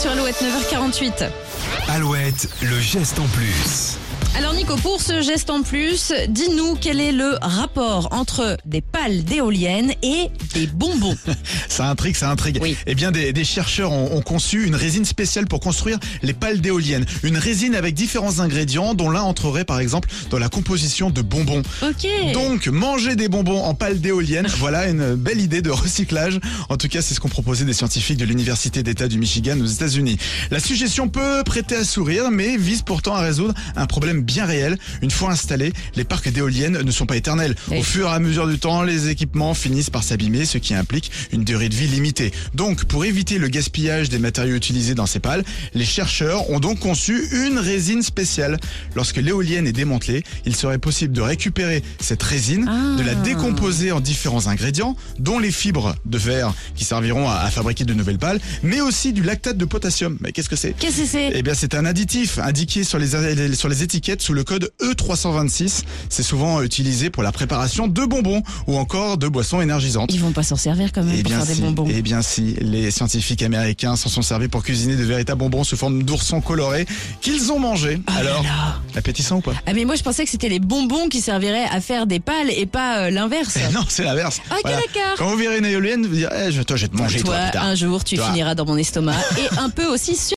sur Alouette, 9h48. Alouette, le geste en plus. Alors Nico, pour ce geste en plus, dis-nous quel est le rapport entre des pales d'éoliennes et des bonbons. Ça intrigue, ça intrigue. Oui. Eh bien, des, des chercheurs ont, ont conçu une résine spéciale pour construire les pales d'éoliennes. Une résine avec différents ingrédients, dont l'un entrerait par exemple dans la composition de bonbons. Ok. Donc, manger des bonbons en pales d'éoliennes, voilà une belle idée de recyclage. En tout cas, c'est ce qu'ont proposé des scientifiques de l'Université d'État du Michigan aux États-Unis. La suggestion peut prêter à sourire, mais vise pourtant à résoudre un problème bien réel. Une fois installés, les parcs d'éoliennes ne sont pas éternels. Oui. Au fur et à mesure du temps, les équipements finissent par s'abîmer, ce qui implique une durée de vie limitée. Donc, pour éviter le gaspillage des matériaux utilisés dans ces pales, les chercheurs ont donc conçu une résine spéciale. Lorsque l'éolienne est démantelée, il serait possible de récupérer cette résine, de la Ah. décomposer en différents ingrédients, dont les fibres de verre qui serviront à, à fabriquer de nouvelles pales, mais aussi du lactate de potassium. Mais qu'est-ce que c'est Qu'est-ce que c'est eh bien, c'est un additif indiqué sur les, sur les étiquettes sous le code E E326. C'est souvent utilisé pour la préparation de bonbons ou encore de boissons énergisantes. Ils vont pas s'en servir quand même Eh pour bien, faire des si, bonbons. eh bien si, les scientifiques américains s'en sont servis pour cuisiner de véritables bonbons sous forme d'oursons colorés qu'ils ont mangés. Oh là Alors, là. appétissant ou pas Ah mais moi je pensais que c'était les bonbons qui serviraient à faire des pales et pas euh, l'inverse. Eh Non, c'est l'inverse. Ok, d'accord. Quand vous verrez une éolienne, vous direz, eh, je- toi, je vais te manger, toi, Toi, plus tard. un jour, tu Toi. finiras dans mon estomac et un peu aussi sur